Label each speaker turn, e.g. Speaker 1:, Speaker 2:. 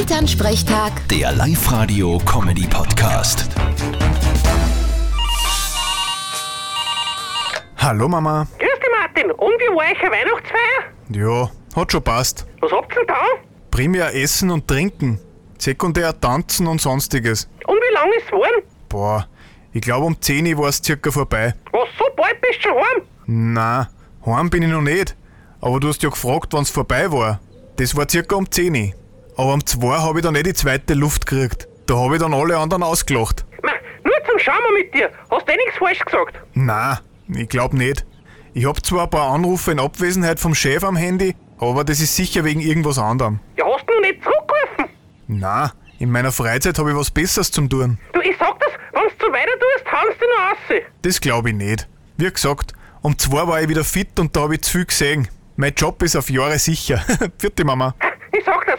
Speaker 1: Elternsprechtag,
Speaker 2: Der Live-Radio-Comedy-Podcast.
Speaker 3: Hallo Mama.
Speaker 4: Grüß dich, Martin. Und wie war euch eine Weihnachtsfeier?
Speaker 3: Ja, hat schon passt.
Speaker 4: Was habt ihr denn da?
Speaker 3: Primär Essen und Trinken, sekundär Tanzen und sonstiges.
Speaker 4: Und wie lange ist es geworden?
Speaker 3: Boah, ich glaube um 10 Uhr war es circa vorbei.
Speaker 4: Was, so bald bist du schon heim?
Speaker 3: Na, heim bin ich noch nicht. Aber du hast ja gefragt, wann's vorbei war. Das war circa um 10 Uhr. Aber um 2 habe ich dann eh die zweite Luft gekriegt. Da habe ich dann alle anderen ausgelacht.
Speaker 4: Ma, nur zum Schauen wir mit dir. Hast du eh nichts falsch gesagt?
Speaker 3: Na, ich glaube nicht. Ich habe zwar ein paar Anrufe in Abwesenheit vom Chef am Handy, aber das ist sicher wegen irgendwas anderem.
Speaker 4: Ja, hast du noch nicht zurückgerufen?
Speaker 3: Na, in meiner Freizeit habe ich was Besseres zum tun.
Speaker 4: Du, ich sag das, wenn du so weiter tust, hauen sie dich noch raus.
Speaker 3: Das glaube ich nicht. Wie gesagt, um zwei war ich wieder fit und da habe ich zu viel gesehen. Mein Job ist auf Jahre sicher. Vierte Mama.
Speaker 4: Ha, Ich sag das,